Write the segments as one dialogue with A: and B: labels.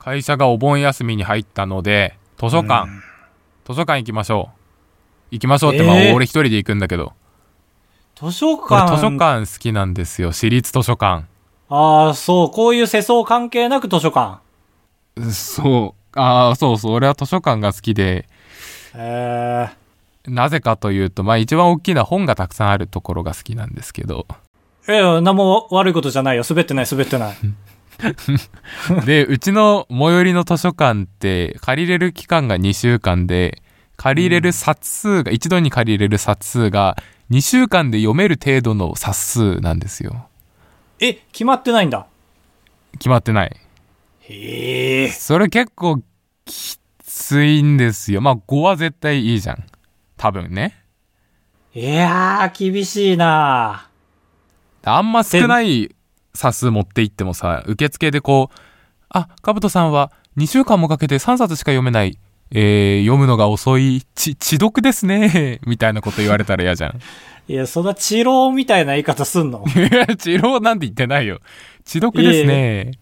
A: 会社がお盆休みに入ったので、図書館、図書館行きましょう。行きましょうって、まあ、
B: えー
A: 俺一人で行くんだけど。
B: 図書
A: これ
B: 館。
A: 図書館好きなんですよ。私立図書館。
B: ああ、そう。こういう世相関係なく図書館。
A: そう。ああ、そうそう。俺は図書館が好きで、
B: え
A: なぜかというと、まあ一番大きな本がたくさんあるところが好きなんですけ ど。
B: え。ええ、何も悪いことじゃないよ。滑ってない、滑って ない。
A: で、うちの最寄りの図書館って借りれる期間が2週間で、借りれる冊数が、一度に借りれる冊数が2週間で読める程度の冊数なんですよ。
B: え、決まってないんだ。
A: 決まってない。
B: へえ。
A: それ結構きついんですよ。まあ5は絶対いいじゃん。多分ね。
B: いやー、厳しいな
A: あんま少ない冊数持って行ってもさ、受付でこう、あ、かぶとさんは2週間もかけて3冊しか読めない。えー、読むのが遅い、ち、知読ですね。 みたいなこと言われたら嫌じゃん。
B: いや、そんな治療みたいな言い方すんの
A: いや、治療なんて言ってないよ。知読ですね。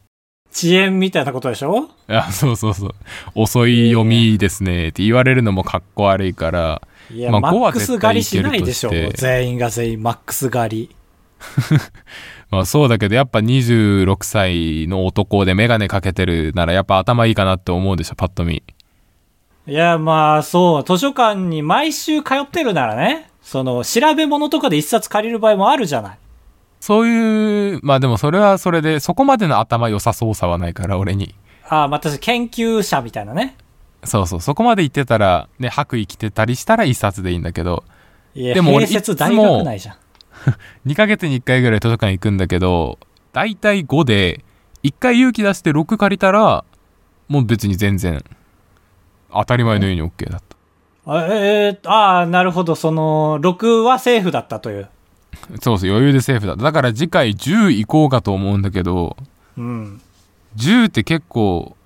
B: 遅延みたいなことでしょ
A: あ、そうそうそう。遅い読みですね。って言われるのもかっこ悪いから。
B: いや、
A: まあ
B: マ
A: 5
B: ッ
A: は
B: クス
A: 絶
B: 狩
A: 対
B: り
A: いけ
B: し
A: ると
B: な
A: して
B: いでしょ。全員が全員マックス狩り。
A: まあそうだけど、やっぱ26歳の男でメガネかけてるなら、やっぱ頭いいかなって思うでしょ、パッと見。
B: いや、まあ、そう、図書館に毎週通ってるならね、その、調べ物とかで一冊借りる場合もあるじゃない。
A: そういう、まあでもそれはそれで、そこまでの頭良さそうさはないから、俺に。
B: ああ、また研究者みたいなね。
A: そうそう、そこまで行ってたら、ね、白衣着てたりしたら一冊でいいんだけど、
B: いや、
A: でも俺
B: 併設大学内じゃん。
A: 2ヶ月に1回ぐらい図書館行くんだけど、だいたい5で、1回勇気出して6借りたら、もう別に全然、当たり前のように OK だっ
B: あえー、ああ、なるほど、その、6はセーフだったという。
A: た。そうそう、余裕でセーフだった。だから次回10行こうかと思うんだけど、
B: うん。
A: 10って結構、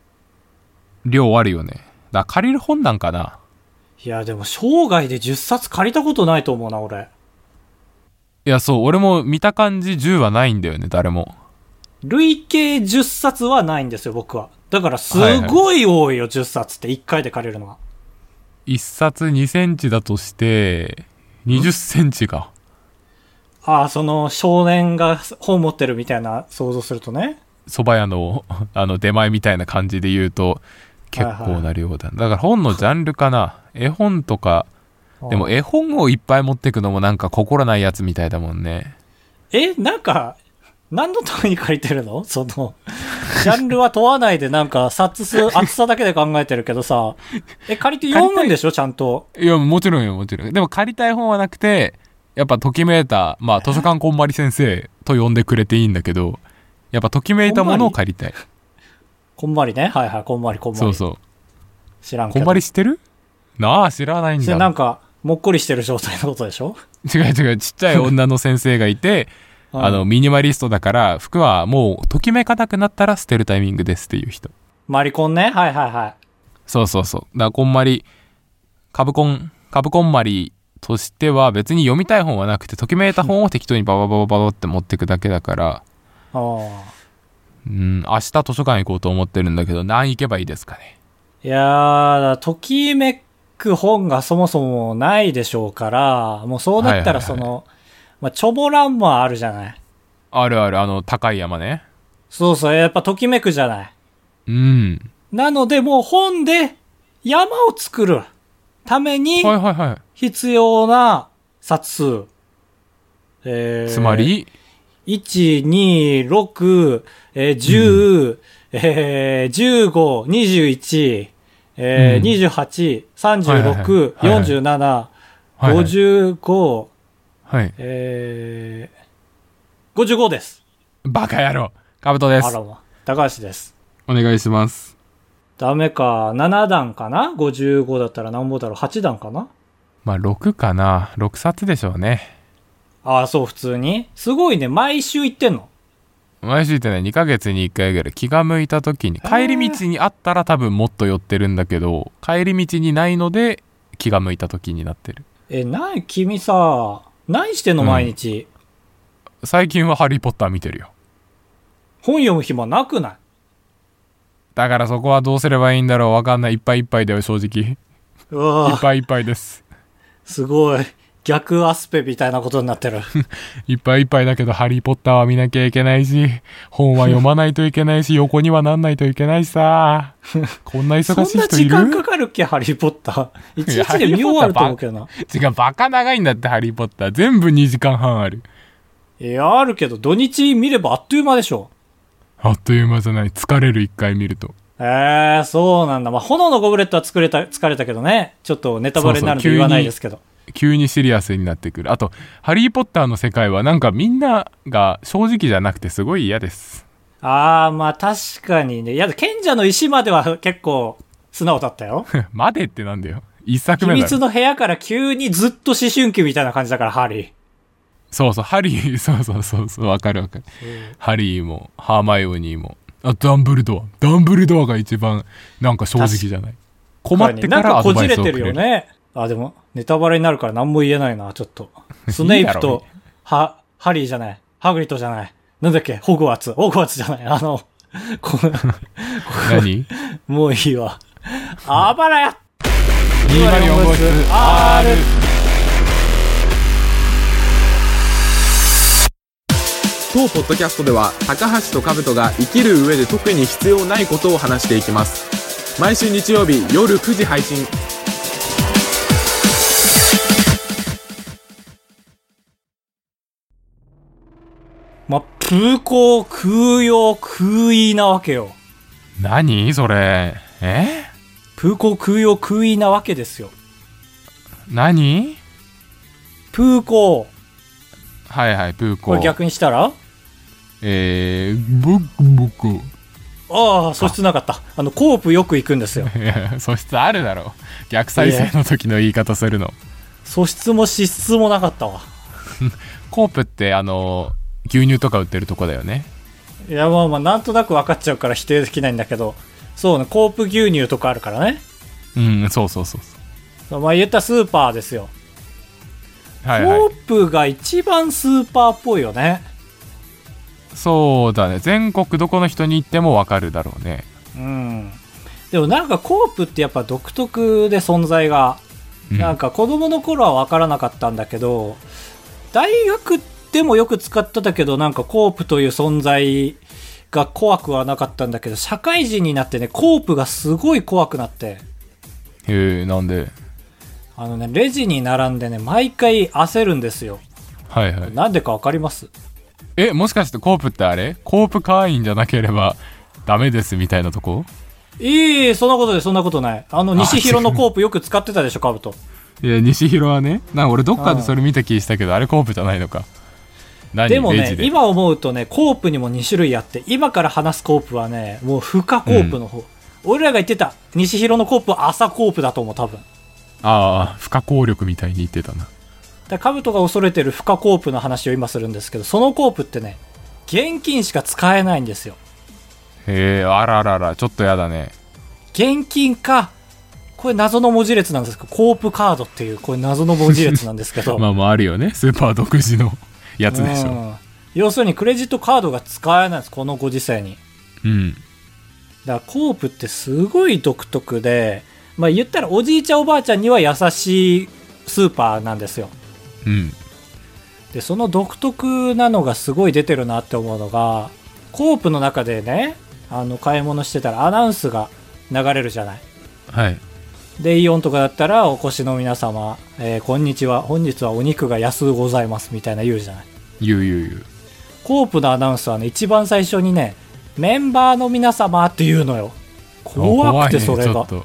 A: 量あるよね。だから借りる本なんかな。
B: いや、でも、生涯で10冊借りたことないと思うな、俺。
A: いや、そう、俺も見た感じ10はないんだよね、誰も。
B: 累計10冊はないんですよ、僕は。だから、すごい多いよ、10冊って、1回で借りるのは。
A: 1冊2センチだとして、20センチか。
B: ああ、その、少年が本持ってるみたいな想像するとね。
A: 蕎麦屋の、 あの、出前みたいな感じで言うと、結構な量だ。だから本のジャンルかな。絵本とか、でも絵本をいっぱい持ってくのもなんか心ないやつみたいだもんね。
B: え、なんか、何のために借りてるの その、ジャンルは問わないでなんか、冊数、 厚さだけで考えてるけどさ、え、借りて読むんでしょちゃんと。
A: いや、もちろんよ、もちろん。でも借りたい本はなくて、やっぱときめいた、まあ図書館こんまり先生と呼んでくれていいんだけど、やっぱときめいたものを借りたい。
B: こんまりね。はいはい、こんまりこんまり。
A: そうそう。
B: 知らんけ
A: こ
B: ど。
A: んまり知ってるなあ、知らないん
B: それな
A: だ
B: ん。か、もっこりしてる状態のことでしょ
A: 違う違う、ちっちゃい女の先生がいて、あの、、ミニマリストだから、服はもう、ときめかなくなったら捨てるタイミングですっていう人。
B: マリコンね。はいはいは
A: そうそうそう。だから、こんまり、カブコン、カブコンマリとしては、別に読みたい本はなくて、ときめいた本を適当にババババババって持ってくだけだから、
B: い。うん
A: うん、明日図書館行こうと思ってるんだけど、何行けばいいですかね。
B: いやー、ときめく本がそもそもないでしょうから、もうそうなった
A: は
B: ら
A: い
B: そ
A: はいはい
B: の、まあ、チョボランもあるじゃない。
A: あるある、あの、高い山ね。
B: そうそう、やっぱときめくじゃない。
A: うん。
B: なのでもう本で山を作るために
A: はいはいは
B: 必要な冊数。え
A: い。
B: ー
A: つまり、
B: 1、2、6、えー10、えー15、21、えー28、36、
A: はいはいはい
B: 47、
A: はいはい
B: 55、
A: はい。
B: えー55です。
A: バカ野郎。カブトで
B: あ
A: す
B: ら。ま。高橋です。
A: お願いします。
B: ダメか。7段かな ?55 だったら何ぼだろう ?8 段かな
A: まあ、6かな。6冊でしょうね。
B: ああ、そう、普通にすごいね。毎週行ってんの。
A: 毎週ってね2ヶ月に1回ぐらい気が向いた時に帰り道にあったら多分もっと寄ってるんだけど帰り道にないので気が向いた時になってる
B: え、な、君さ、何してんの
A: うん
B: 毎日。
A: 最近は「ハリー・ポッター」見てるよ
B: 本読む暇なくない
A: だからそこはどうすればいいんだろうわかんないいっぱいいっぱいだよ正直
B: う
A: い
B: わ
A: っぱいいっぱいです
B: すごい。逆アスペみたいなことになっ てる。
A: いっぱいいっぱいだけど「ハリー・ポッター」は見なきゃいけないし本は読まないといけ ないし横にはなんないといけないしさこんな
B: そ
A: 忙
B: ん
A: しい
B: な
A: 人
B: 時
A: い
B: 間か
A: る
B: かるっけ、ハリー・ポッター。一
A: いや
B: 日で見終わると思うけどな。
A: 違うバカ長いんだって「ハリー・ポッター」全部2時間半ある
B: いや、あるけど、土日見ればあっという間でしょ。
A: あっという間じゃない疲れる1回見ると
B: えー、そうなんだ。まあ、炎のゴブレットは作れた、疲れたけどね。ちょっとネタバレになるん
A: そうそう
B: で言わないですけど。
A: 急にシリアスになってくるあと「ハリー・ポッター」の世界はなんかみんなが正直じゃなくてすごい嫌です
B: あー、まあ、確かにね。いや、賢者の石までは結構素直だったよ。
A: までってなんだよ。一作
B: 秘
A: 目だ
B: 密
A: ろ。
B: の部屋から急にずっと思春期みたいな感じだから、ハリ
A: そうそう、ハリー、 そうそうそうそう、わかるわかる。ハリーも、ハーマイオニーも、あ、ダンブルドア。ダンブルドアが一番、なんか正直じゃない。
B: ー。
A: 困ってか
B: なん
A: ら
B: か
A: ア
B: こ
A: ドバ
B: じ
A: イ
B: れ
A: スをく
B: て
A: れ
B: る
A: る。
B: よね。あ、でも、ネタバレになるから何も言えないな、ちょっ と。ス
A: い
B: ネイプ
A: いだろ
B: と、は、ハリーじゃない。ハグリッドじゃない。なんだっけ、ホグワーツ。ホグワーツじゃない。あの、 この、
A: 何
B: もういいわ。あばらや
A: ?204 号室 R。
C: 当ポッドキャストでは高橋と兜が生きる上で特に必要ないことを話していきます毎週日曜日夜9時配信
B: まあ、プーコー、空用、空意なわけよ。
A: 何それ。え
B: プーコー、空用、空意なわけですよ。
A: 何
B: プーコー、
A: はいはい、プーコ。
B: これ逆にしたら
A: えー、ブックブック。
B: ああ、素質なかった。あの、コープよく行くんですよ。
A: いや素質あるだろ。逆再生の時の言い方するの。
B: 素質も資質もなかったわ。
A: コープって、あの、牛乳とか売ってるとこだよね。
B: いや、まあまあ、なんとなく分かっちゃうから否定できないんだけど、そうね、コープ牛乳とかあるからね。
A: うん、そうそうそうそ
B: まあ、言ったらスーパーですよ。
A: う。はいはい。
B: コープが一番スーパーっぽいよね。
A: そうだね。全国どこの人に行ってもわかるだろうね。
B: うん。でもなんかコープってやっぱ独特で存在が
A: うん
B: なんか子供の頃は分からなかったんだけど、大学でもよく使ってたけど、なんかコープという存在が怖くはなかったんだけど、社会人になってね、コープがすごい怖くなって、
A: へえ、なんで。
B: あのね、レジに並んでね、毎回焦るんですよ。
A: はいはい。
B: なんでかわかります
A: え、もしかしてコープってあれコープ会員じゃなければダメですみたいなとこ
B: いい、そんなことで、そんなことない。あの、西広のコープよく使ってたでしょ、カブト。
A: いや、西広はね。なんか俺どっかでそれ見た気したけど、あれコープじゃないのか。何
B: でも
A: レジ
B: ね、
A: で
B: 今思うとね、コープにも2種類あって、今から話すコープはね、もう不可コープの方。俺らが言ってた、西広のコープは朝コープだと思う、多分。
A: ああ、不可抗力みたいに言ってたな。
B: だカブトが恐れてる不可コープの話を今するんですけど、そのコープってね、現金しか使えないんですよ。
A: へえ、あらあらあら、ちょっとやだね。
B: 現金か、これ謎の文字列なんですけど、コープカードっていう、これ謎の文字列なんですけ ど。
A: まあまああるよね。スーパー独自のやつでし
B: う
A: ょ。
B: ん要するにクレジットカードが使えないんです、このご時世に。
A: うん。
B: だからコープってすごい独特で、まあ言ったらおじいちゃんおばあちゃんには優しいスーパーなんですよ。
A: うん。
B: でその独特なのがすごい出てるなって思うのがコープの中でねあの買い物してたらアナウンスが流れるじゃない
A: はい。
B: でイオンとかだったらお越しの皆様、えーこんにちは本日はお肉が安うございますみたいな言うじゃない
A: 言う言う言う。
B: コープのアナウンスはね一番最初にねメンバーの皆様っていうのよ怖くて
A: あ
B: それ
A: ちょ
B: が
A: っと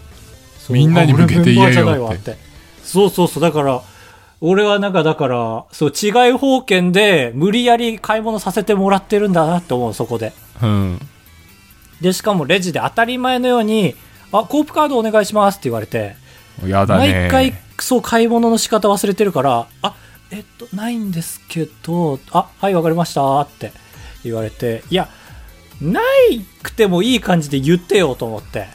B: そう
A: みんなに向けて言えよって
B: あ俺メンバーじゃないわってそうそうそうだから俺はなんかだからそう違い保険で無理やり買い物させてもらってるんだなって思うそこで
A: うん。
B: でしかもレジで当たり前のように「あコープカードお願いします」って言われて、
A: やだね。
B: 毎回そう買い物の仕方忘れてるから「あえっとないんですけどあはいわかりました」って言われていやないくてもいい感じで言ってよと思って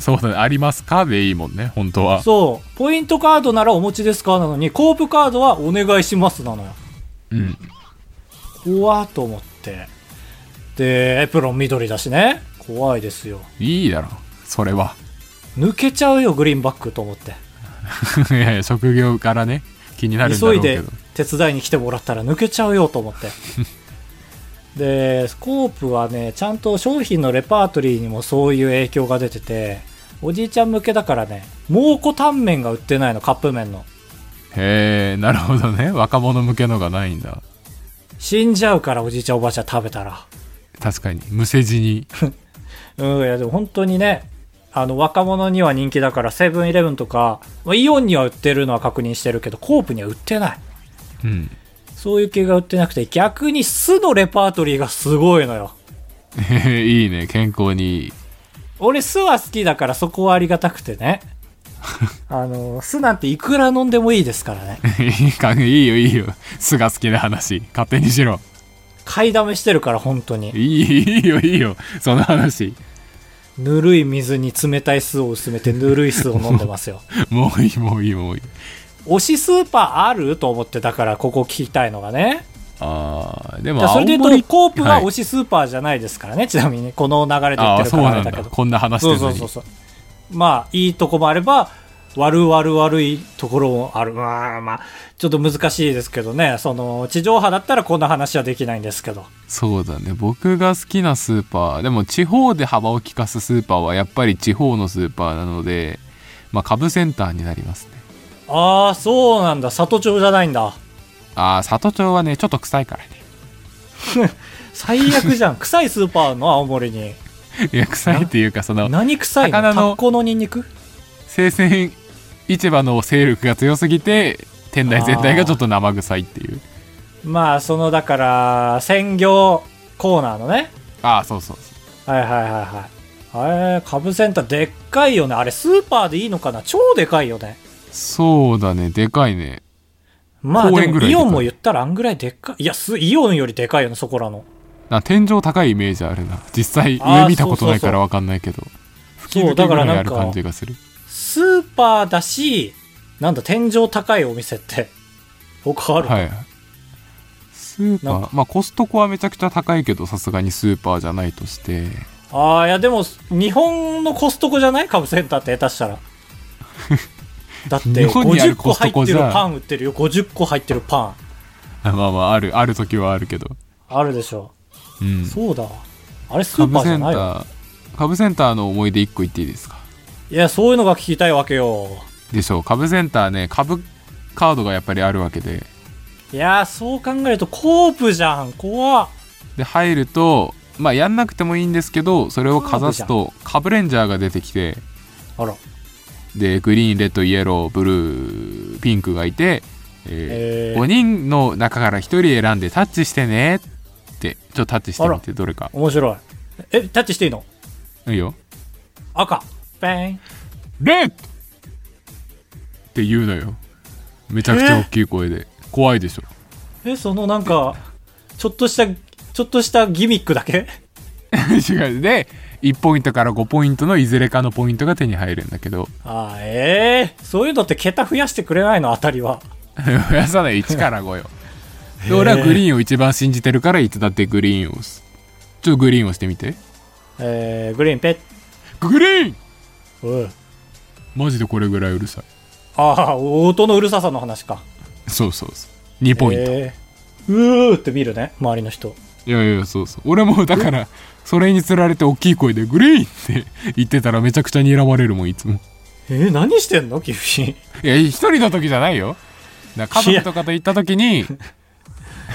A: そうだね。ありますかでいいもんね、本当は。
B: そう、ポイントカードならお持ちですかなのに、コープカードはお願いしますなのよ。
A: うん。
B: 怖っと思って。で、エプロン緑だしね。怖いですよ
A: いいだろそれは
B: 抜けちゃうよグリーンバックと思って
A: いやいや職業からね気になるんだろ
B: 急
A: う
B: い
A: け
B: で
A: ど
B: 手伝いに来てもらったら抜けちゃうよと思って でコープはねちゃんと商品のレパートリーにもそういう影響が出てておじいちゃん向けだからね蒙古タンメンが売ってないのカップ麺の
A: へえなるほどね若者向けのがないんだ
B: 死んじゃうからおじいちゃんおばあちゃん食べたら
A: 確かにむせじに
B: うんいやでも本当にねあの若者には人気だからセブンイレブンとかまあイオンには売ってるのは確認してるけどコープには売ってない
A: うん
B: そういう系が売ってなくて逆に酢のレパートリーがすごいのよ
A: へえいいね健康にい い
B: 俺酢は好きだからそこはありがたく てねあの酢なんていくら飲んでもいいですからね
A: いいかいいよいいよ酢が好きな話勝手にしろ
B: 買いだめしてるから本当に
A: いいいいよいいよその話
B: ぬるい水に冷たい酢を薄めてぬるい酢を飲んでま すよ
A: もういいもういいもういい
B: 推しスーパーあると思ってだからここ聞きたいのがね
A: あーで
B: じゃ
A: も
B: あそれで
A: 青
B: 言う
A: 森
B: とコープは
A: はい
B: 推しスーパーじゃないですからね、ちなみにねこの流
A: あ
B: れで言って
A: あ
B: る
A: そ
B: か
A: う
B: らあ
A: な
B: れ
A: ん
B: だ
A: だ
B: けど
A: こんな話して
B: そ
A: るの
B: うそう
A: に
B: そうそうまあいいとこもあれば悪悪悪いところもあるまあまあちょっと難しいですけどねその地上波だったらこんな話はできないんですけど
A: そうだね僕が好きなスーパーでも地方で幅を利かすスーパーはやっぱり地方のスーパーなのでまあ株センターになりますね
B: ああそうなんだ里町じゃないんだ
A: ああ里町はねちょっと臭いからね
B: 最悪 じゃん臭いスーパーあるの青森に
A: いや臭いっていうかその
B: 何臭いの
A: 魚の
B: タッコのニンニク
A: 生鮮市場の勢力が強すぎて店内全体がちょっと生臭いっていう
B: まあそのだから鮮魚コーナーのね
A: ああそうそうそう
B: はいはいはいはい。えー、株センターでっかいよね。あれ、スーパーでいいのかな超でかいよね。
A: そうだねでかいね
B: まあ、
A: 公
B: で
A: 園ぐらいで
B: も
A: かい
B: イオンも言ったらあんぐらいでっかい。いや、すイオンよりでかいよね、そこらの。
A: な天井高いイメージあるな実際
B: あー
A: 上見たことないから
B: そうそうそう
A: わかんないけど吹き
B: そ
A: 抜
B: う
A: け
B: だ
A: ぐ
B: から
A: らい
B: な
A: あ
B: ん
A: る
B: か
A: 感じがする
B: スーパーだし、なんだ、天井高いお店って。 他ある、
A: はいスーパ
B: なん
A: ーまあコストコはめちゃくちゃ高いけどさすがにスーパーじゃないとして
B: ああ、いや、でも、日本のコストコじゃない株センターって下 手したら。だって、
A: 日本にある
B: 50
A: コ
B: 個
A: スト
B: 入
A: コ
B: って
A: じ
B: る
A: ゃ
B: パン売ってるよ。50個入ってるパン。
A: あまあまああるある時はあるけど
B: あるでしょ。
A: うん
B: そうだわ。あれ、ス
A: カ
B: ーパ
A: ブ
B: ーじ
A: セ
B: ゃ
A: ンタ
B: ないよ。
A: ーカブセンターの思い出1個言っていいですか
B: いや、そういうのが聞きたいわけよ。
A: でしょう株センターね株カードがやっぱりあるわけで
B: いやーそう考えるとコープじゃん怖っ
A: で入るとまあやんなくてもいいんですけどそれをかざすとカブレンジャーが出てきて
B: あら
A: でグリーンレッドイエローブルーピンクがいて、え
B: えー
A: 5人の中から1人選んでタッチしてねってちょっとタッチしてみてどれか
B: 面白いえタッチしていいの
A: いいよ
B: 赤ペン
A: レッドって言うのよめちゃくちゃ大きい声で、怖いでしょ
B: えそのなんかちょっとしたちょっとしたギミックだけ
A: 違うで1ポイントから5ポイントのいずれかのポイントが手に入るんだけど
B: あーえー、そういうのって桁増やしてくれないの当たりは
A: 増やさない1から5よで俺はグリーンを一番信じてるからいつだってグリーンを押すちょっとグリーンを押してみて
B: えー、グリーンペッ
A: グリーン
B: うん
A: マジでこれぐらいうるさい
B: ああ音のうるささの話か
A: そうそうそう2ポイント、
B: えー、うーって見るね周りの人
A: いやいやいやそうそう俺もだからそれにつられて大きい声で「グリーン!」って 言ってたらめちゃくちゃ睨まれるもんいつも
B: えー、何してんの 君い
A: いや一人の時じゃないよだから家族とかと行った時 に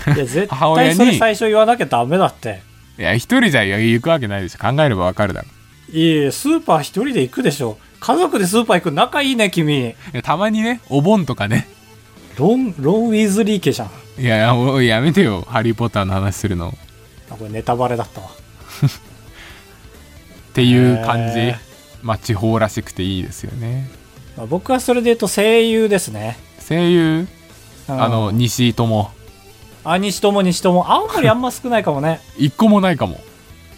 B: や絶
A: 母親に
B: 対それ最初言わなきゃダメだって
A: いや一人じゃ行くわけないでしょ考えればわかるだろ
B: いえいえ、スーパー一人で行くでしょ。家族でスーパー行く仲いいね、君。
A: いやたまにねお盆とかね
B: ロン、ロン・ウィズリー家じゃん。
A: いやいやもうやめてよ「ハリー・ポッター」の話するのっ
B: あ、これネタバレだったわ。
A: ていう感じ、
B: へー
A: まあ地方らしくていいですよね
B: まあ僕はそれで言うと声優ですね。
A: 声優
B: うん
A: あの、西井友
B: あ、西とも西とも。青森あんま少ないかもね。
A: 一個もないかも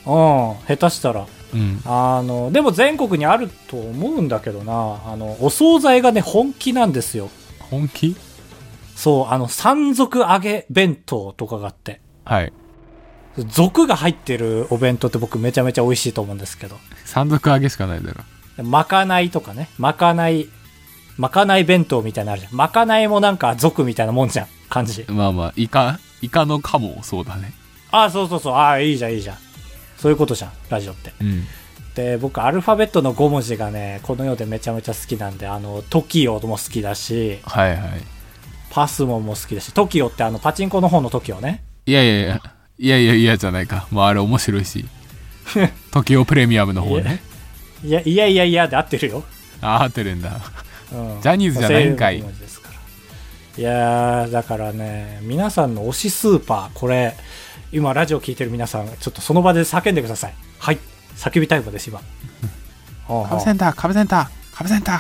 B: うん、下手したら。
A: うん
B: あの、でも全国にあると思うんだけどな。あの、お惣菜がね、本気なんですよ。
A: 本気
B: そう、あの、山賊揚げ弁当とかがあって。
A: はい
B: 俗が入ってるお弁当って僕めちゃめちゃ美味しいと思うんですけど
A: 山賊揚げしかないだろ
B: まかないとかねまかないまかない弁当みたいなのあるじゃんまかないもなんか俗みたいなもんじゃん感じ
A: まあまあイカイカのカもそうだね
B: ああそうそうそうああいいじゃんいいじゃんそういうことじゃんラジオって
A: うん
B: で僕アルファベットの5文字がねこの世でめちゃめちゃ好きなんであの TOKIO も好きだし
A: はいはい
B: パスモも好きだし TOKIO ってあのパチンコの方の TOKIO ね
A: いやいやいやいやいやいやじゃないかまああれ面白い し時キオプレミアムの方ね
B: いやいやいやいやで合ってるよ、
A: ああ合ってるんだ
B: うん、
A: ジャニーズじゃないんかい
B: そうう文字ですからいやーだからね皆さんの推しスーパーこれ今ラジオ聞いてる皆さんちょっとその場で叫んでくださいはい叫びたい 場です今ほうほ
A: カ
B: う
A: ブセンターカブセンターカブセンタ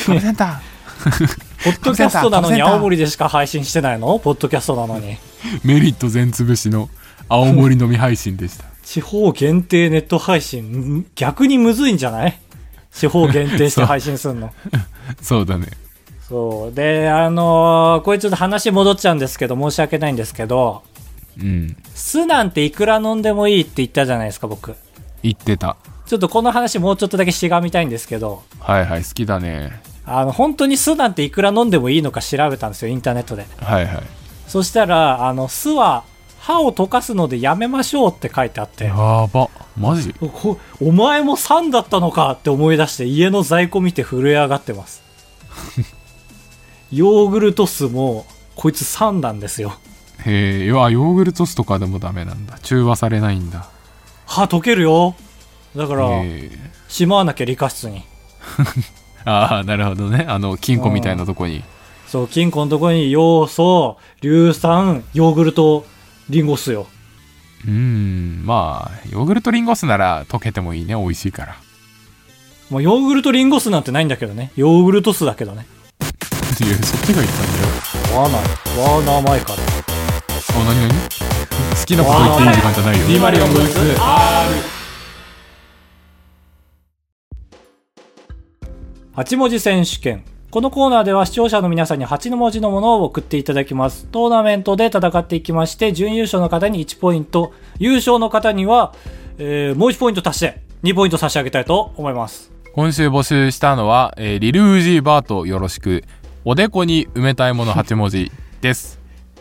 A: ーカブセンター
B: ポッドキャストなの
A: カブセン
B: に
A: ター
B: 青森でしか配信してないのポッドキャストなのに
A: メリット全潰しの青森のみ配信で した
B: 地方限定ネット配信ん逆にむずいんじゃない地方限定して配信するの
A: そうだね
B: そうであのーこれちょっと話戻っちゃうんですけど申し訳ないんですけど
A: うん
B: 酢なんていくら飲んでもいいって言ったじゃないですか僕
A: 言ってた
B: ちょっとこの話もうちょっとだけしがみたいんですけど
A: はいはい好きだね
B: あの本当に酢なんていくら飲んでもいいのか調べたんですよインターネットで
A: はいはい
B: そしたらあの酢は歯を溶かすのでやめましょうって書いてあって
A: やばマジ
B: こお前も3だったのかって思い出して家の在庫見て震え上がってますヨーグルト酢もこいつ3なんですよ
A: へえあヨーグルト酢とかでもダメなんだ中和されないんだ
B: 歯溶けるよだから
A: へえ
B: しまわなきゃ理科室に
A: ああなるほどねあの金庫みたいなとこに
B: そう金庫のとこに要素硫酸ヨーグルトリンゴ酢よ
A: うーんまあヨーグルトリンゴ酢なら溶けてもいいね美味しいから
B: もうヨーグルトリンゴ酢なんてないんだけどねヨーグルト酢だけどね
A: いやそっちが言ったんだよ
B: わーナーわーナーマイカー
A: あ何何好きなこと言っていい時間じゃないよ
C: D マリオンブース
B: 8文字選手権このコーナーでは視聴者の皆さんに8の文字のものを送っていただきますトーナメントで戦っていきまして準優勝の方に1ポイント優勝の方には、えーもう1ポイント足して2ポイント差し上げたいと思います
A: 今週募集したのは、えーリルージーバートよろしくおでこに埋めたいもの8文字です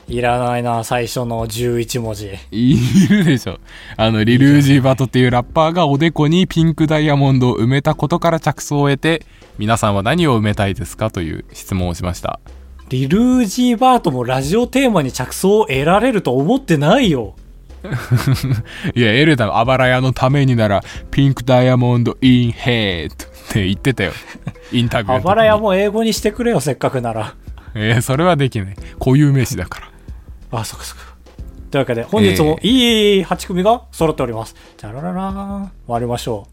B: いらないな最初の11文字
A: いるでしょあのリルージーバートっていうラッパーがおでこにピンクダイヤモンドを埋めたことから着想を得て皆さんは何を埋めたいですかという質問をしました
B: リルージーバートもラジオテーマに着想を得られると思ってないよ
A: いやエルダのあばら屋のためにならピンクダイヤモンドインヘッドって言ってたよインタビューの
B: あ
A: 時に
B: ばら屋も英語にしてくれよせっかくなら
A: えーそれはできない固有名詞だから
B: あ、そっかそっか。というわけで、本日もいい8組が揃っております。じゃらららーん。終わりましょ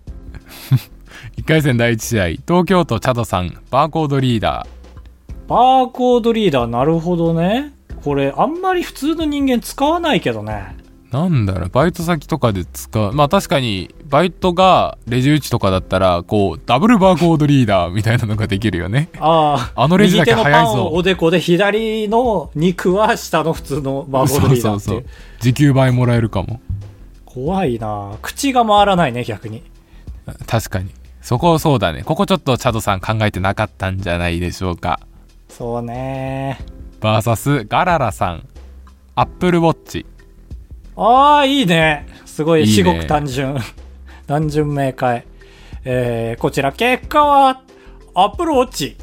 B: う。
A: 1回戦第1試合東京都チャドさんバーコードリーダー
B: バーコードリーダー、なるほどね。これ、あんまり普通の人間使わないけどね。
A: なんだろうバイト先とかで使うまあ確かにバイトがレジ打ちとかだったらこうダブルバーコードリーダーみたいなのができるよね
B: ああ、
A: あのレジだけ
B: 右手の
A: 早いぞ
B: パンをおでこで、左の肉は下の普通のバーコードリーダーっていう。
A: 時給倍もらえるかも
B: 怖いな口が回らないね、逆に。
A: 確かにそこそうだねここちょっとチャドさん考えてなかったんじゃないでしょうか
B: そうね
A: VS ガララさんアップルウォッチ
B: ああ、いいね。すごい、
A: いいね
B: 至極単純。 単純明快。えー、こちら、結果は、アップルウォッチ。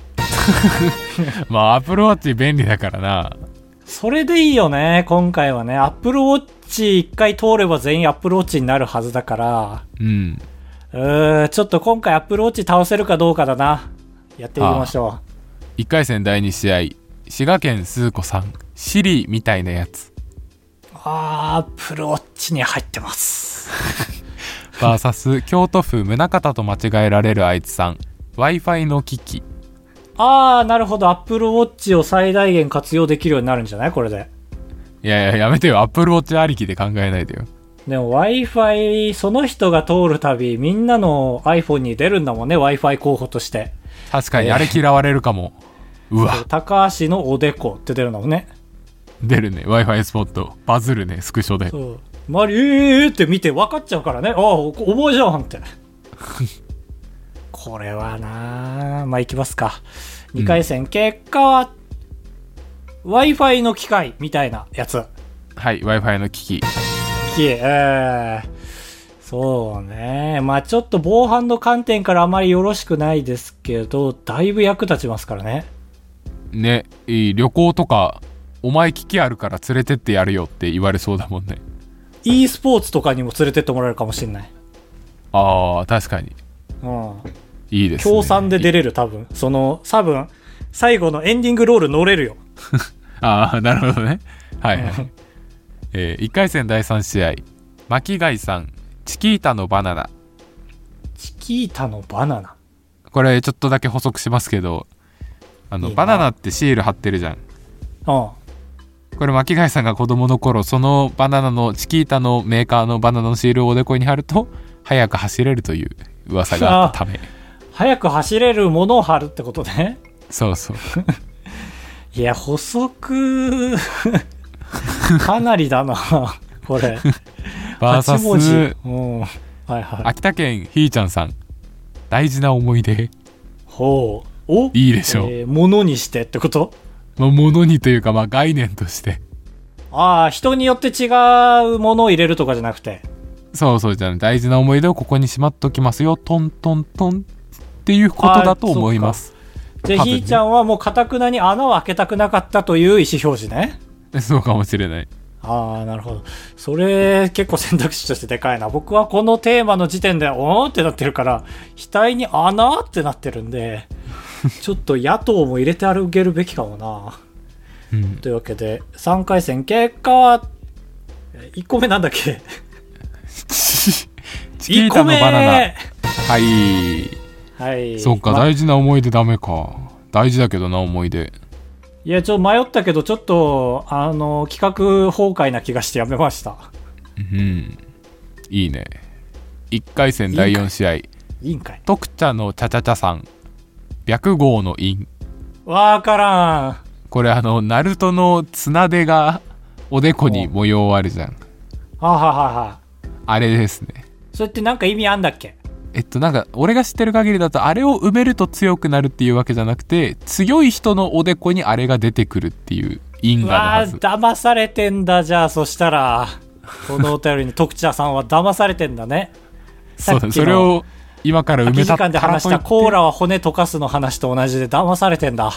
A: まあアップルウォッチ便利だからな
B: それでいいよね、今回はね。アップルウォッチ一回通れば全員アップルウォッチになるはずだから、
A: うん
B: うーん、ちょっと今回アップルウォッチ倒せるかどうかだな。やっていきましょ
A: 1回戦第2試合滋賀県鈴子さんシリみたいなやつ
B: う。あー、アップルウォッチに入ってます。
A: VS 京都府宗像と間違えられるあいつさん w i f i の機器
B: あー、なるほど。アップルウォッチを最大限活用できるようになるんじゃないこれで。
A: いやいややめてよアップルウォッチありきで考えないでよ
B: でも Wi-Fi、その人が通るたび、みんなの iPhone に出るんだもんね、Wi-Fi 候補として。
A: 確か
B: え
A: に
B: ー
A: あれ嫌われるかも、うわ
B: 高橋のおでこって出るんだもんね。
A: 出るね w i f i スポットバズるねスクショで
B: そう周り、えーって見て分かっちゃうからね。ああ、おお覚えじゃんって。 これはなあまあ、行きますか。2回戦、結果は、Wi-Fi の機械みたいなやつ。
A: はい w i f i の機器
B: きえーそうね。まあちょっと防犯の観点からあまりよろしくないですけど、だいぶ役立ちますからね。
A: ねいい旅行とかお前機器あるから連れてってやるよって言われそうだもんね
B: e スポーツとかにも連れてってもらえるかもしれない。
A: あー確かに
B: うん。
A: いいですね
B: 協賛で出れる、多分。その、多分、最後のエンディングロール乗れるよ。
A: ああなるほどねはいはい、えー、1回戦第3試合巻貝さんチキータのバナナ
B: チキータのバナナ。
A: これちょっとだけ補足しますけどあの
B: いい
A: バ
B: な
A: ナナってシール貼ってるじゃん
B: うん。
A: これ巻貝さんが子供の頃そのバナナのチキータのメーカーのバナナのシールをおでこに貼ると速く走れるという噂があったた め
B: 早く走れるものを貼るってことね。
A: そうそう
B: いや、補 足、かなりだな、これ。
A: バーサ
B: 8文字
A: ス。
B: うん。はいはい。
A: 秋田県ひーちゃんさん大事な思い出
B: ほう。お
A: いいでしょう、
B: えー物にしてってこと
A: まあ、ものにというかまあ概念として
B: ああ、人によって違うものを入れるとかじゃなくて。
A: そうそうじゃない大事な思い出をここにしまっときますよトントントンっていうことだと思います
B: じゃ
A: 多分
B: あ、
A: ね
B: ひーちゃんはもうかたくなに穴を開けたくなかったという意思表示ね。
A: そうかもしれない
B: ああ、なるほど。それ、結構選択肢としてでかいな。僕はこのテーマの時点で、おーってなってるから、額に穴ってなってる んで、ちょっと野党も入れてあげるべきかもな。
A: うん
B: というわけで、3回戦、結果は、1個目なんだっけ
A: チキー
B: ?1
A: タ
B: 個
A: の
B: 目
A: バナナはい
B: はい。
A: そっか、
B: ま
A: 大事な思い出ダメか大事だけどな思い出
B: いや、ちょっと迷ったけど、ちょっと、あの、企画崩壊な気がしてやめました。
A: うんいいね1回戦第4試合
B: いいんかい。
A: 特茶のチャチャチャさん白号の印
B: わからん。
A: これあのナルトの綱手がおでこに模様あるじゃん
B: はははは
A: あれですね
B: それってなんか意味あんだっけ
A: えっとなんか俺が知ってる限りだとあれを埋めると強くなるっていうわけじゃなくて強い人のおでこにあれが出てくるっていう因
B: う
A: 果の
B: わ
A: は
B: あ、
A: ず
B: 騙されてんだ、じゃあ、そしたら。このお便りの徳茶さんは騙されてんだね。
A: そう
B: さっきの
A: それを今から埋
B: 空
A: め
B: き
A: た
B: 時
A: か
B: 間で
A: ら
B: 話
A: と
B: し
A: いったて
B: コーラは骨溶かすの話と同じで騙されてんだ。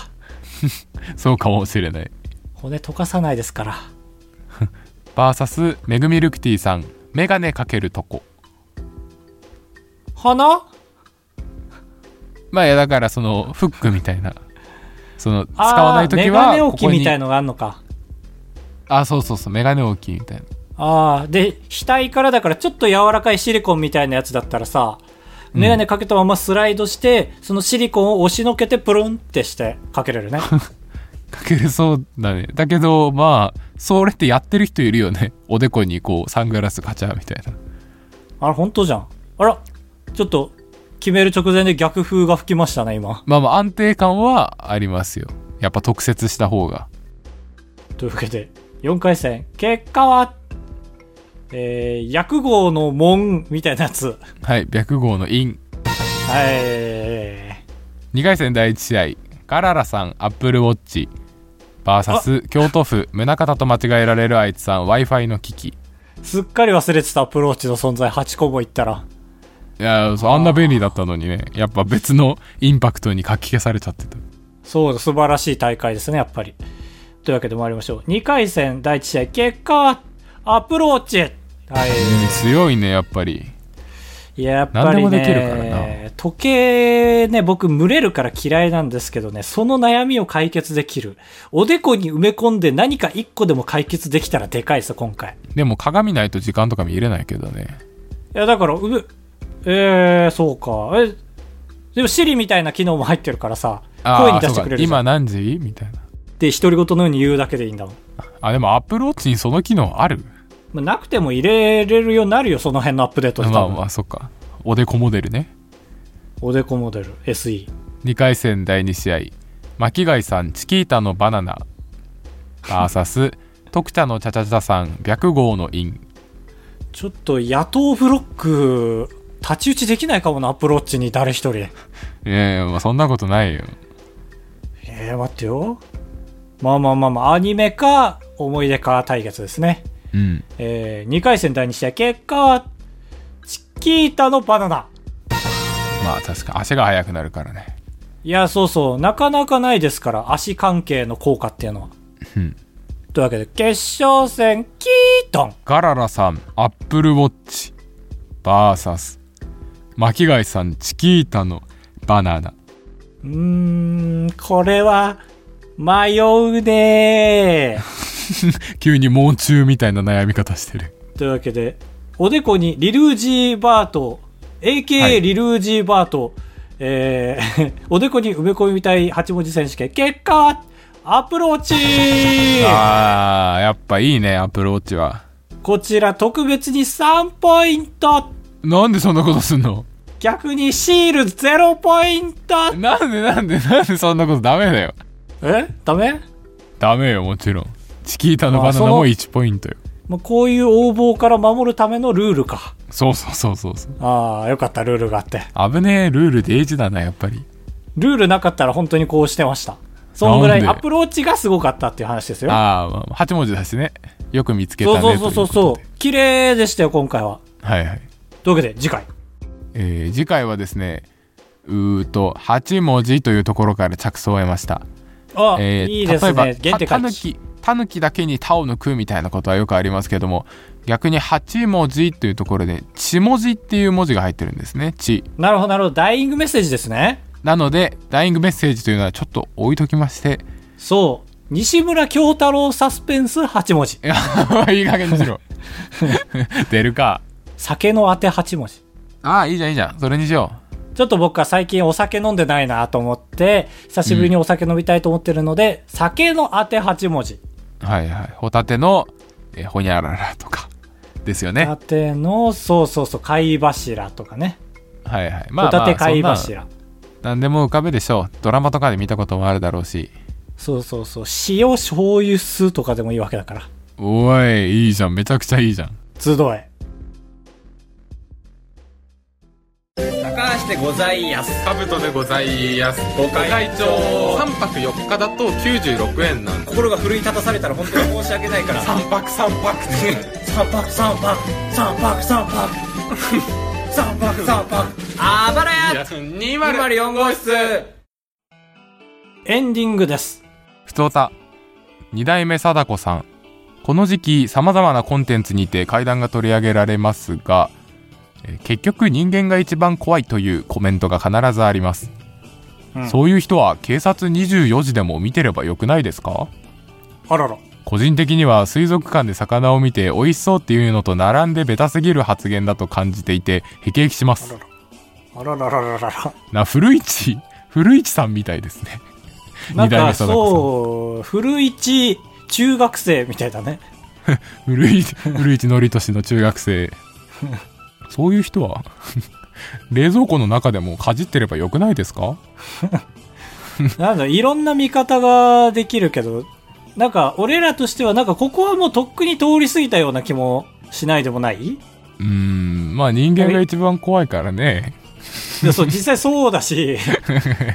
A: そうかもしれない
B: 骨溶かさないですから。
A: バーサスめぐみルクティさんメガネかけるとこ
B: 鼻
A: まあいやだからそのフックみたいなその使
B: あー
A: わない時
B: メガ
A: は
B: ネ
A: こ
B: 置き
A: こに
B: みたいのがあんのか。
A: あそうそうそうメガネ置きみたいな
B: ああ、で、額からだからちょっと柔らかいシリコンみたいなやつだったらさ、
A: うん
B: メガネかけたままスライドして、そのシリコンを押しのけてプルンってしてかけ れるね。
A: かけるそうだねだけどまあそれってやってる人いるよね おでこにこうサングラスカチャみたいな
B: あれ本当じゃん。あら、ちょっと決める直前で逆風が吹きましたね、今。
A: まあまあ安定感はありますよやっぱ特設した方が
B: というわけで、4回戦、結果は、えー、薬号の門みたいなやつ。
A: はい白号のイン
B: はい。
A: 2回戦第1試合ガララさんアップルウォッチ VS 京都府宗像と間違えられるあいつさん w i f i の機器
B: すっかり忘れてたアプローチの存在8個も言ったら。
A: いやそうあんな便利だったのにねやっぱ別のインパクトにかき消されちゃってた
B: そうだ、素晴らしい大会ですね、やっぱり。というわけで参りましょう。2回戦第1試合、結果は、アプローチ はい。
A: 強いねやっぱり
B: いや、やっぱり
A: 何でもできるから
B: ね、時計ね、僕、群れるから嫌いなんですけどね、その悩みを解決できる。おでこに埋め込んで何か1個でも解決できたらでかいですよ、今回。
A: でも鏡ないと時間とか見れないけどね
B: いや、だから、うめ、えー、そうか。え、でも、シリみたいな機能も入ってるからさ、
A: あー
B: 声に出してくれる
A: そう
B: じゃ
A: か
B: ん。
A: 今何時みたいな
B: で、独り言のように言うだけでいいんだもん。
A: あでもアップルウォッチにその機能ある
B: まあなくても入れれるようになるよ、その辺のアップデートで。
A: ま
B: 多
A: あ
B: 分
A: まあそっかおでこモデルね
B: おでこモデル、SE。
A: 2回戦第2試合巻貝さんチキータのバナ ナ VS 徳茶のチャチャチャさん白号のイン
B: ちょっと野党ブロック、太刀打ちできないかもな、アプローチに誰一人。
A: いやいや、まあ、そんなことないよ。
B: えー、待ってよ。まあまあまあまあ、アニメか、思い出か対決ですね。
A: うん。
B: えー、2回戦第2試合、結果は、チキータのバナナ。
A: まあ確かに足が速くなるからね。
B: いや、そうそう、なかなかないですから、足関係の効果っていうのは。
A: うん
B: というわけで、決勝戦、キートン。
A: ガララさん、アップルウォッチ、バーサス、巻貝さん、チキータのバナナ。
B: うーん、これは、迷うねー。
A: 急に猛虫みたいな悩み方してる。
B: というわけで、おでこにリルージーバート、
A: は
B: AKA
A: い
B: リルージーバート、えー おでこに埋め込みたい8文字選手権、結果はアプローチ
A: あー、 やっぱいいね、アップルウォッチは。
B: こちら特別に3ポイント
A: なんでそんなことすんの
B: 逆にシール0ポイント
A: なんでなんでなんでそんなことダメだよ。
B: えダメ
A: ダメよ、もちろん。チキータのバナナ
B: あその
A: も1ポイントよ。
B: まあ、こういう横暴から守るためのルールか。
A: そうそうそうそうそう。
B: ああ、よかった、ルールがあって。
A: 危ねえ、ルールデイジだな、やっぱり。
B: ルールなかったら本当にこうしてました。そのぐらい
A: なん
B: ア
A: で
B: プローチがすごかったっていう話ですよ。
A: あー、まあ、8文字だしね。よく見つけた
B: そう
A: ね。
B: そうそうそう
A: と
B: そ
A: いう
B: う。綺麗でしたよ、今回は。
A: ことではいはい。
B: というわけで、次回。
A: えー次回はですねうーと8文字というところから着想を得ました、
B: あ、
A: えー
B: いいです
A: 例
B: ね。
A: えばた
B: 原点
A: た
B: 回
A: ぬ
B: 帰。
A: きたぬきだけに「た」を抜くみたいなことはよくありますけども逆に8文字というところで「ち文字」っていう文字が入ってるんですね「ち
B: なるほど、なるほど。ダイイングメッセージですね。」
A: なのでダイイングメッセージというのはちょっと置いときまして
B: そう。西村京太郎サスペンス8文字。
A: いやいい加減にしろ 出るか
B: 酒のあて8文字。
A: ああいいじゃんいいじゃんそれにしよ
B: ちょっと僕は最近お酒飲んでないなと思って、久しぶりにお酒飲みたいと思ってるので、酒のあて8文字。
A: うはいはいホタテのえーほにゃららとかですよね
B: ホタテの、そうそうそう、貝柱とかね。
A: はいはいま
B: ホタテ貝
A: そんな
B: 柱。
A: 何でも浮かべでしょうドラマとかで見たこともあるだろうし
B: そうそうそう。塩醤油酢とかでもいいわけだから。
A: おいいいじゃんめちゃくちゃいいじゃん
B: 集え。
C: 高橋でございやすかぶとでございやすご会長3泊4日だと96円なんです
B: 心が奮い立たされたら本当に申し訳ないから。
C: 3泊3泊って
B: 三泊三泊三泊三泊三泊三泊あばらや
C: 204号室
B: エンディングです。
A: ふつおた二代目貞子さんこの時期さまざまなコンテンツにて怪談が取り上げられますがえー結局人間が一番怖いというコメントが必ずあります、
B: うん
A: そういう人は警察24時でも見てればよくないですか
B: あらら。
A: 個人的には水族館で魚を見て美味しそうっていうのと並んでベタすぎる発言だと感じていてへきします
B: あらららららら。
A: な古市古市さんみたいですね
B: なん
A: 二代目
B: か
A: 貞子
B: そう、古市中学生みたいだね。
A: さん古市古市憲俊の中学生そういう人は 冷蔵庫の中でもかじってればよくないですか
B: なんだ、いろんな見方ができるけど、なんか俺らとしてはなんかここはもうとっくに通り過ぎたような気もしないでもないう
A: ーんまあ人間が一番怖いからね
B: いやそう、実際そうだし、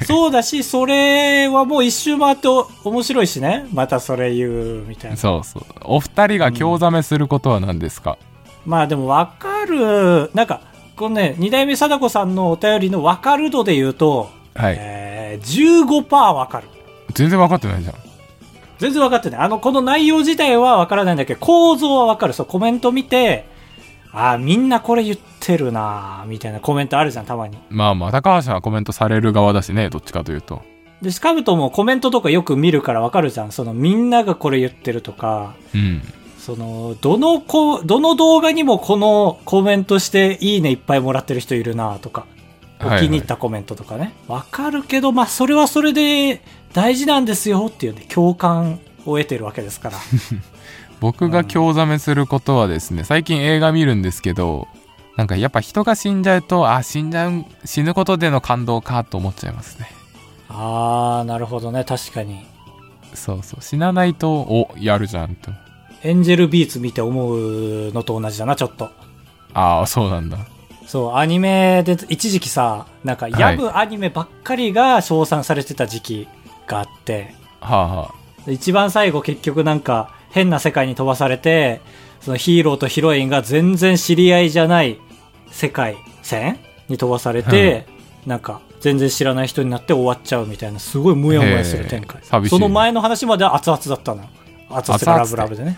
B: そうだし、それはもう一周回ってお面白いしね。またそれ言う、みたいな。
A: そうそうお二人が興ざめすることは何ですか、
B: まあでもわかる、なんか、このね、二代目貞子さんのお便りのわかる度で言うと、
A: はい
B: えー、15%わかる。
A: 全然分かってないじゃん
B: 全然分かってない。あの、この内容自体は分からないんだけど、構造は分かる。そう、コメント見て、ああ、みんなこれ言ってるなーみたいなコメントあるじゃん、たまに。
A: まあまあ高橋さんはコメントされる側だしねどっちかというと
B: で、しかもともコメントとかよく見るから分かるじゃん。その、みんながこれ言ってるとか、
A: うん
B: その、どのこ、どの動画にもこのコメントして、いいねいっぱいもらってる人いるなとか、お
A: はいはい
B: 気に入ったコメントとかね。わ、かるけど、まあ、それはそれで大事なんですよっていうね、共感を得てるわ けですから。
A: 僕が興ざめすることはですね最近映画見るんですけどなんかやっぱ人が死んじゃうとあ死んじゃう死ぬことでの感動かと思っちゃいますね
B: あー、なるほどね、確かに。
A: そうそう死なないとおやるじゃんと
B: エンジェルビーツ見て思うのと同じだな、ちょっと。
A: ああ、そうなんだ。
B: そう、アニメで一時期さ、なんか、
A: は
B: や
A: い
B: ぶアニメばっかりが称賛されてた時期があって、
A: はあは
B: 一番最後結局なんか、変な世界に飛ばされて、そのヒーローとヒロインが全然知り合いじゃない世界線に飛ばされて、なんか、全然知らない人になって終わっちゃうみたいな、すごいムヤムヤする展開
A: へー。寂しい
B: その前の話までは熱々だったの。熱々がラブラブでね。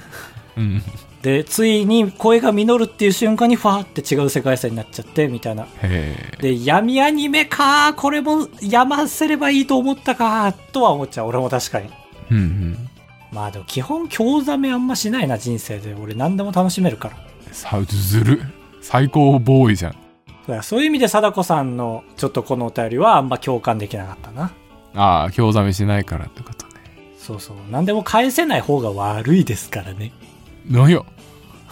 A: あ。うん。
B: で、ついに声が実るっていう瞬間にファーって違う世界線になっちゃって、みたいな
A: へ
B: で闇アニメかーこれもやませればいいと思ったかーとは思っちゃう俺も確かに
A: え。うんうん。
B: まあでも基本興ざめあんましないな人生で俺何でも楽しめるから
A: さ、ずる。最高ボーイじゃん。
B: だからそういう意味で貞子さんのちょっとこのお便りはあんま共感できなかったな
A: ああ、興ざめしないからってことね。
B: そうそう何でも返せない方が悪いですからね
A: なんや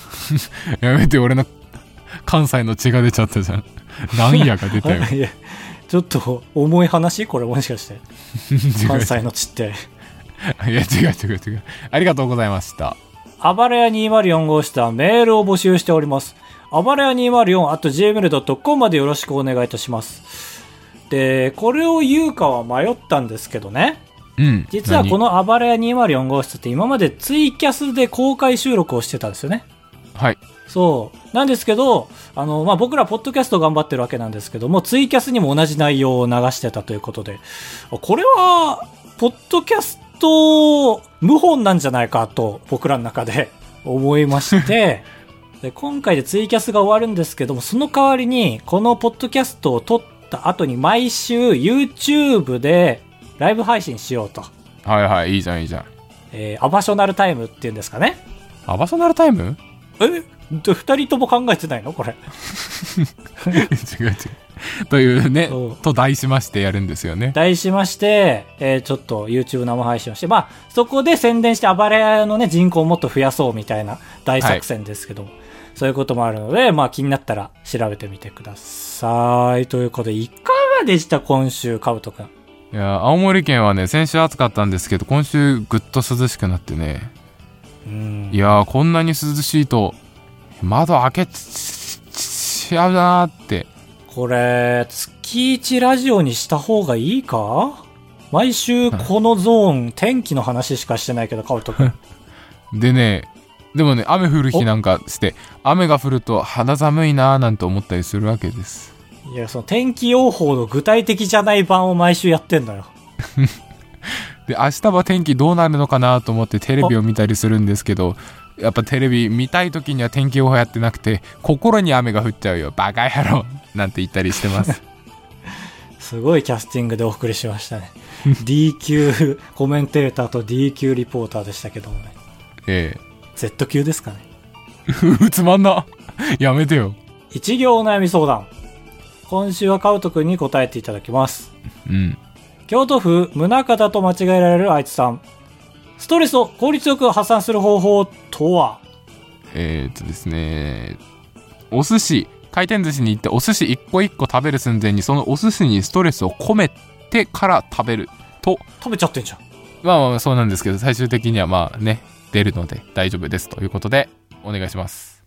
A: やめて、俺の関西の血が出ちゃったじゃん。なんやが出たよ。
B: いやちょっと重い話これもし かして関西の地って
A: いや、違う違う違う。ありがとうございました。
B: あばらや204号室はメールを募集しております。あばらや204 at gmail.com までよろしくお願いいたします。で、これを言うかは迷ったんですけどね。
A: うん。
B: 実はこ
A: の。
B: のあばらや204号室って今までツイキャスで公開収録をしてたんですよね。
A: はい。
B: そう。なんですけど、あの、まあ、僕らポッドキャスト頑張ってるわけなんですけども、ツイキャスにも同じ内容を流してたということで、あこれは、ポッドキャスト、無本なんじゃないかと、僕らの中で 思いまして、で今回でツイキャスが終わるんですけども、その代わりに、このポッドキャストを撮った後に毎週 YouTube でライブ配信しようと。
A: はいはい、いいじゃんいいじゃん。
B: えーアバショナルタイムっていうんですかね。
A: アバソナルタイム
B: えで二人とも考えてないのこれ。
A: 違う違う。 というね
B: そう、
A: と題しましてやるんですよね。
B: 題しまして、えーちょっと YouTube 生配信をして、まあ、そこで宣伝して暴れ屋のね、人口をもっと増やそうみたいな大作戦ですけども、そういうこともあるので、まあ気になったら調べてみてください。ということで、いかがでした今週、カブトくん。
A: いや、青森県はね、先週暑かったんですけど、今週ぐっと涼しくなってね。
B: うん
A: い。やー、こんなに涼しいと、窓開けちちゃうなーって。
B: これ、月1ラジオにした方がいいか毎週このゾーン、天気の話しかしてないけど、カブ トくん。
A: でね、でもね、雨降る日なんかして、雨が降ると肌寒いなーなんて思ったりするわけです。
B: いや、その天気予報の具体的じゃない版を毎週やってんのよ。
A: で明日は天気どうなるのかなと思ってテレビを見たりするんですけどやっぱテレビ見たい時には天気予報やってなくて心に雨が降っちゃうよバカ野郎なんて言ったりしてます
B: すごいキャスティングでお送りしましたね。D 級コメンテーターと D 級リポーターでしたけどもね。
A: え
B: Z 級ですかね。
A: え うつまんなやめてよ
B: 一行お悩み相談。今週はカウト君に答えていただきます。
A: うん
B: 京都府宗方と間違えられるあいつさん。ストレスを効率よく発散する方法とは
A: えーっとですねお寿司回転寿司に行ってお寿司一個一個食べる寸前にそのお寿司にストレスを込めてから食べると
B: 食べちゃってんじゃん。
A: まあまあそうなんですけど最終的にはまあね出るので大丈夫ですということでお願いします